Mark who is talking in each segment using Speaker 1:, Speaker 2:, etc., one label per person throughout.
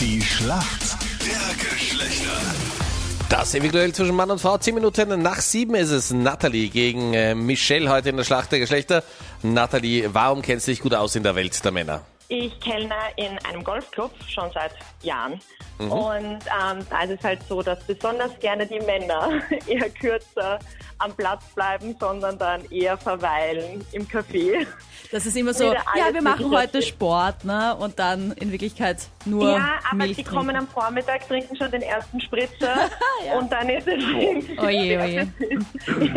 Speaker 1: Die Schlacht der Geschlechter.
Speaker 2: Das individuell zwischen Mann und Frau. Zehn Minuten nach sieben ist es Nathalie gegen äh, Michelle heute in der Schlacht der Geschlechter. Nathalie, warum kennst du dich gut aus in der Welt der Männer?
Speaker 3: Ich kellner in einem Golfclub schon seit Jahren. Und ähm, da ist es halt so, dass besonders gerne die Männer eher kürzer am Platz bleiben, sondern dann eher verweilen im Café.
Speaker 4: Das ist immer so,
Speaker 3: Wieder alles
Speaker 4: ja, wir machen
Speaker 3: Mögliche.
Speaker 4: heute Sport, ne? Und dann in Wirklichkeit nur.
Speaker 3: Ja, aber
Speaker 4: Milch
Speaker 3: die
Speaker 4: trinken.
Speaker 3: kommen am Vormittag, trinken schon den ersten Spritzer und dann ist es irgendwie-
Speaker 4: Oje, oje.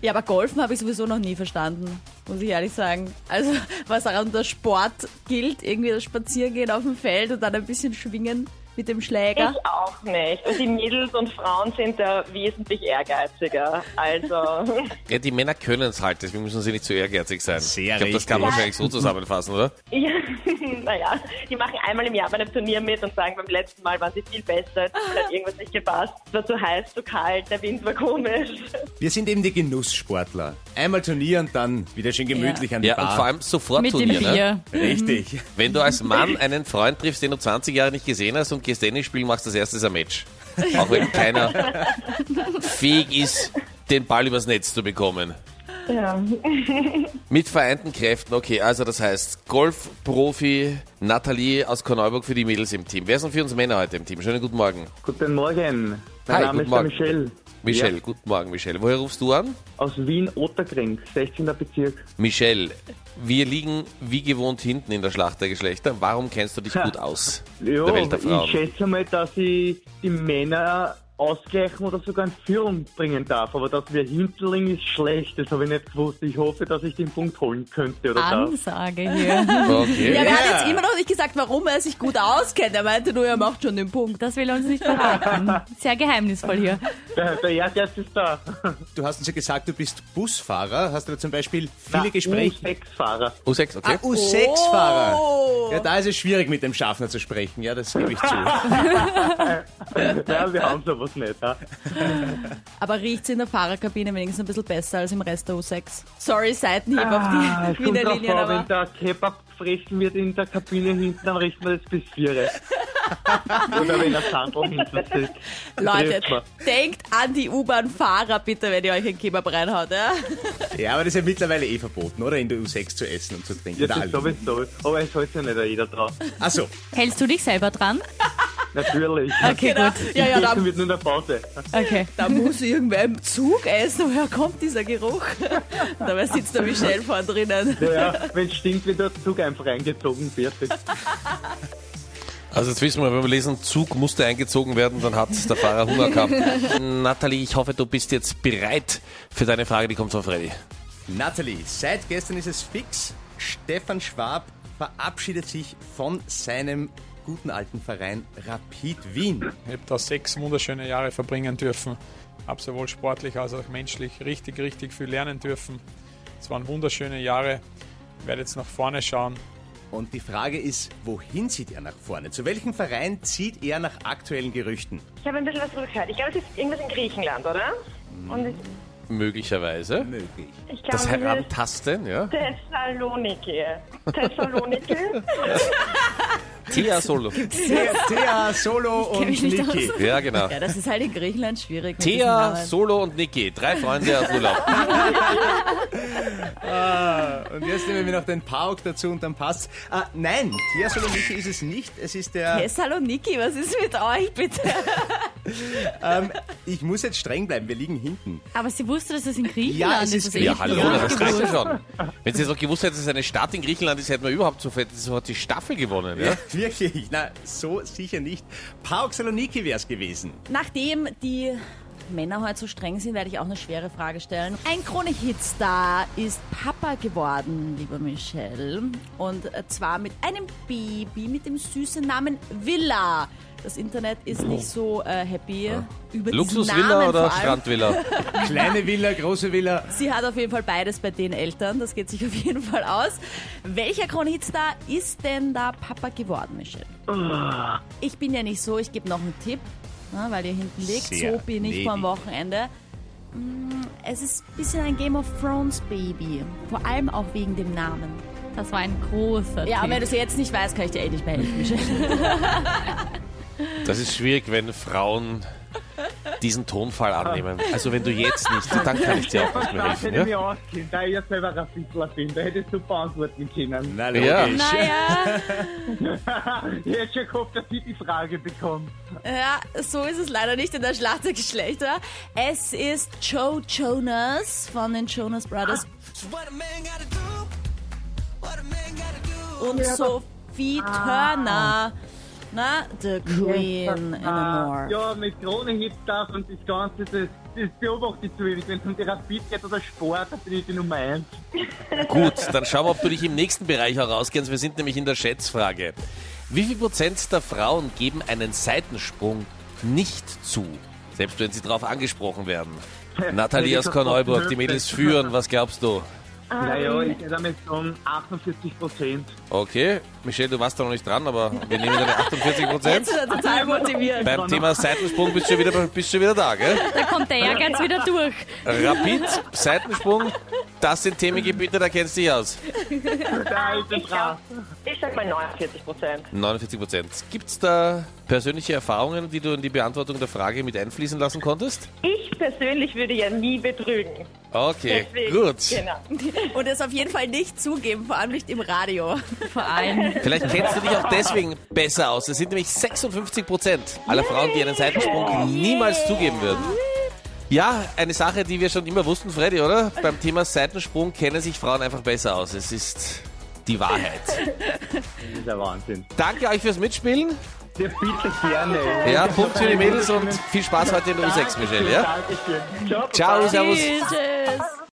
Speaker 4: Ja, aber Golfen habe ich sowieso noch nie verstanden, muss ich ehrlich sagen. Also, was daran der Sport gilt, irgendwie das Spaziergehen auf dem Feld und dann ein bisschen schwingen mit dem Schläger.
Speaker 3: Ich auch nicht. Und die Mädels und Frauen sind da wesentlich ehrgeiziger. Also,
Speaker 2: Ja, die Männer können es halt, deswegen müssen sie nicht zu ehrgeizig sein.
Speaker 5: Sehr
Speaker 2: ich glaube, das
Speaker 5: richtig.
Speaker 2: kann man wahrscheinlich so zusammenfassen, oder?
Speaker 3: ja, naja, die machen einmal im Jahr bei einem Turnier mit und sagen, beim letzten Mal waren sie viel besser, es hat irgendwas nicht gepasst, es war zu heiß, zu kalt, der Wind war komisch.
Speaker 5: Wir sind eben die Genusssportler. Einmal Turnier und dann wieder schön gemütlich an die
Speaker 2: Ja,
Speaker 5: Bar.
Speaker 2: und vor allem sofort
Speaker 4: mit dem
Speaker 2: Turnier. Ne?
Speaker 4: Bier.
Speaker 5: Richtig.
Speaker 2: Wenn du als Mann einen Freund triffst, den du 20 Jahre nicht gesehen hast und gehst Tennis spielen, machst du als erstes ein Match. Auch wenn keiner fähig ist, den Ball übers Netz zu bekommen.
Speaker 3: Ja.
Speaker 2: Mit vereinten Kräften, okay, also das heißt Golfprofi Nathalie aus Korneuburg für die Mädels im Team. Wer ist denn für uns Männer heute im Team? Schönen guten Morgen.
Speaker 6: Guten Morgen. Mein
Speaker 2: Hi,
Speaker 6: Name
Speaker 2: guten
Speaker 6: ist der
Speaker 2: Morgen.
Speaker 6: Michel.
Speaker 2: Michelle,
Speaker 6: Ja,
Speaker 2: guten Morgen, Michelle. Woher rufst du an?
Speaker 6: aus Wien, Otterkring, 16. Bezirk.
Speaker 2: Michelle, wir liegen wie gewohnt hinten in der Schlacht der Geschlechter. Warum kennst du dich gut aus?
Speaker 6: Ja,
Speaker 2: der Welt der
Speaker 6: ich
Speaker 2: Frauen.
Speaker 6: schätze mal, dass ich die Männer ausgleichen oder sogar in Führung bringen darf. Aber dass wir hinterling ist schlecht, das habe ich nicht gewusst. Ich hoffe, dass ich den Punkt holen könnte oder darf.
Speaker 4: Ansage hier.
Speaker 2: Okay.
Speaker 4: Ja, er hat
Speaker 5: Ja.
Speaker 4: jetzt immer noch nicht gesagt, warum er sich gut auskennt. Er meinte nur, er macht schon den Punkt.
Speaker 7: Das will er uns nicht verraten. Sehr geheimnisvoll hier.
Speaker 6: Der, der Erdgeist ist da.
Speaker 5: Du hast uns ja gesagt, du bist Busfahrer. Hast du da zum Beispiel viele
Speaker 6: Na,
Speaker 5: Gespräche?
Speaker 6: U6-Fahrer.
Speaker 2: U6,
Speaker 5: Ah,
Speaker 2: okay.
Speaker 5: U6-Fahrer.
Speaker 4: Oh.
Speaker 5: Ja, da ist es schwierig, mit dem Schaffner zu sprechen. Ja, das gebe ich zu.
Speaker 6: Ja, wir haben sowas nicht. Ja.
Speaker 4: Aber riecht's in der Fahrerkabine wenigstens ein bisschen besser als im Rest der U6. Sorry, Seitenhieb
Speaker 3: Ah,
Speaker 4: auf die
Speaker 6: Ah, kommt
Speaker 4: Wiener
Speaker 6: drauf
Speaker 4: Linien,
Speaker 6: an, wenn
Speaker 4: aber
Speaker 6: der Kebab gefressen wird in der Kabine hinten, dann riecht man das bis vier. Oder wenn der Sandel hinten sitzt. Das
Speaker 4: Leute,
Speaker 6: trifft man.
Speaker 4: denkt an die U-Bahn-Fahrer bitte, wenn ihr euch einen Kebab reinhaut, ja?
Speaker 5: Ja, aber das ist ja mittlerweile eh verboten, oder? In der U6 zu essen und zu trinken. Also,
Speaker 6: Ja,
Speaker 5: Da
Speaker 6: das ist
Speaker 5: alle.
Speaker 6: sowieso. Aber es hält ja nicht jeder drauf.
Speaker 5: Ach so.
Speaker 7: Hältst du dich selber dran?
Speaker 6: Natürlich.
Speaker 7: Okay,
Speaker 4: Genau.
Speaker 7: gut.
Speaker 4: Ja, ja, da,
Speaker 6: Essen wird nur in der Pause.
Speaker 7: Okay.
Speaker 4: da muss irgendwer im Zug essen. Woher kommt dieser Geruch? Dabei sitzt der Michel vor drinnen.
Speaker 6: Ja, ja. Wenn es stinkt, wenn der Zug einfach eingezogen wird. Das-
Speaker 2: Also jetzt wissen wir, wenn wir lesen, Zug musste eingezogen werden, dann hat der Fahrer Hunger gehabt. Nathalie, ich hoffe, du bist jetzt bereit für deine Frage, die kommt von Freddy.
Speaker 5: Natalie, seit gestern ist es fix. Stefan Schwab verabschiedet sich von seinem guten alten Verein Rapid Wien.
Speaker 8: Ich habe da sechs wunderschöne Jahre verbringen dürfen. Habe sowohl sportlich als auch menschlich richtig, richtig viel lernen dürfen. Es waren wunderschöne Jahre. Ich werde jetzt nach vorne schauen.
Speaker 5: Und die Frage ist, wohin zieht er nach vorne? Zu welchem Verein zieht er nach aktuellen Gerüchten?
Speaker 3: Ich habe ein bisschen was zurückgehört. Ich glaube, es ist irgendwas in Griechenland, oder? Und ich,
Speaker 2: Möglicherweise.
Speaker 5: Möglich.
Speaker 3: ich glaube,
Speaker 2: Mm. Das
Speaker 3: es ist
Speaker 2: Herantasten, ja.
Speaker 3: Thessaloniki. Thessaloniki?
Speaker 2: Tia Solo.
Speaker 5: Thea, Solo und
Speaker 7: mich nicht
Speaker 5: Niki.
Speaker 2: Ja, genau.
Speaker 4: Ja, das ist halt in Griechenland schwierig. mit diesen
Speaker 2: Thea,
Speaker 4: Namen.
Speaker 2: Solo und Niki, drei Freunde aus Urlaub.
Speaker 5: Und jetzt nehmen wir noch den Pauk dazu und dann passt's. Ah, nein, Thea, Solo und Niki ist es nicht. Es ist der...
Speaker 4: Thessaloniki, was ist mit euch bitte?
Speaker 5: Ähm, ich muss jetzt streng bleiben, wir liegen hinten.
Speaker 7: Aber sie wusste, dass es in Griechenland
Speaker 5: Ja, es
Speaker 7: ist.
Speaker 5: ist
Speaker 7: was
Speaker 5: Griechenland.
Speaker 2: Ja,
Speaker 7: ich
Speaker 2: hallo,
Speaker 7: nicht
Speaker 2: das
Speaker 7: gewusst.
Speaker 2: reicht ja schon. Wenn sie jetzt auch gewusst hätte, dass es eine Stadt in Griechenland ist, hätten wir überhaupt sofort sofort die Staffel gewonnen, ja?
Speaker 5: Wirklich, na, so sicher nicht. Pauk Saloniki wär's gewesen.
Speaker 4: Nachdem die Männer heute so streng sind, werde ich auch eine schwere Frage stellen. Ein Krone-Hit-Star ist Papa geworden, lieber Michelle. Und äh, zwar mit einem Baby mit dem süßen Namen Villa. Das Internet ist nicht so äh, happy über diesen
Speaker 2: Luxusvilla
Speaker 4: Namen
Speaker 2: oder
Speaker 4: vor allem.
Speaker 2: Strandvilla?
Speaker 5: Kleine Villa, große Villa.
Speaker 4: Sie hat auf jeden Fall beides bei den Eltern. Das geht sich auf jeden Fall aus. Welcher Krone-Hit-Star ist denn da Papa geworden, Michelle?
Speaker 5: Oh.
Speaker 4: Ich bin ja nicht so, ich gebe noch einen Tipp, na, weil ihr hinten liegt.
Speaker 5: Sehr
Speaker 4: so bin ich
Speaker 5: ledig.
Speaker 4: vom Wochenende. Mm, Es ist ein bisschen ein Game of Thrones Baby. Vor allem auch wegen dem Namen.
Speaker 7: Das war ein großer
Speaker 4: Ja,
Speaker 7: Tipp.
Speaker 4: und wenn du es jetzt nicht weißt, kann ich dir eh nicht mehr helfen. Michelle.
Speaker 2: Das ist schwierig, wenn Frauen diesen Tonfall annehmen. Also wenn du jetzt nicht, dann kann ich dir auch nicht mehr
Speaker 6: Das hätte
Speaker 2: helfen.
Speaker 6: ich
Speaker 2: Ja?
Speaker 6: mir ausgehen, da ich ja selber Raffitler bin, da hätte ich super antworten können. Ah,
Speaker 5: Na,
Speaker 2: Ja.
Speaker 5: logisch.
Speaker 7: Ah naja,
Speaker 6: Ich hätte schon gehofft, dass ich die Frage bekomme.
Speaker 4: ja, so ist es leider nicht in der Schlacht der Geschlechter. Es ist Joe Jonas von den Jonas Brothers. Und Sophie Turner. Na, the Queen
Speaker 6: Ah,
Speaker 4: anymore.
Speaker 6: ja, mit Krone hebt das und das Ganze, das, das beobachte ich zu wenig. Wenn es um die Rapid geht oder Sport, dann bin ich die Nummer eins.
Speaker 2: Gut, dann schauen wir, ob du dich im nächsten Bereich auch rauskennst. Wir sind nämlich in der Schätzfrage. Wie viel Prozent der Frauen geben einen Seitensprung nicht zu? Selbst wenn sie darauf angesprochen werden. Nathalie aus Korneuburg, die Mädels führen, was glaubst du?
Speaker 6: Naja, ich hätte damit um 48 Prozent.
Speaker 2: Okay, Michelle, du warst da noch nicht dran, aber wir nehmen deine 48 Prozent.
Speaker 4: Jetzt ist er total motiviert.
Speaker 2: Beim Thema Seitensprung bist du wieder, bist du wieder da, gell?
Speaker 7: da kommt der Ehrgeiz wieder durch.
Speaker 2: Rapid, Seitensprung, das sind Themengebiete, da kennst du dich aus.
Speaker 6: Da ist
Speaker 3: Ich,
Speaker 6: es raus.
Speaker 3: glaub, ich sag mal 49 Prozent.
Speaker 2: 49 Prozent. Gibt es da persönliche Erfahrungen, die du in die Beantwortung der Frage mit einfließen lassen konntest?
Speaker 3: Ich persönlich würde ja nie betrügen.
Speaker 2: Okay,
Speaker 3: Deswegen,
Speaker 2: gut.
Speaker 3: Genau.
Speaker 4: Und es auf jeden Fall nicht zugeben, vor allem nicht im Radio.
Speaker 7: Vor allem.
Speaker 2: Vielleicht kennst du dich auch deswegen besser aus. Es sind nämlich 56 Prozent aller Frauen, die einen Seitensprung niemals zugeben würden. Ja, eine Sache, die wir schon immer wussten, Freddy, oder? Beim Thema Seitensprung kennen sich Frauen einfach besser aus. Es ist die Wahrheit.
Speaker 6: Das ist der Wahnsinn.
Speaker 2: Danke euch fürs Mitspielen.
Speaker 6: Ja, bitte gerne.
Speaker 2: Ja, Punkt für die Mädels und viel Spaß heute in der U6, Michelle. Ja?
Speaker 6: Dankeschön. Ciao.
Speaker 2: Ciao, servus.
Speaker 7: Tschüss.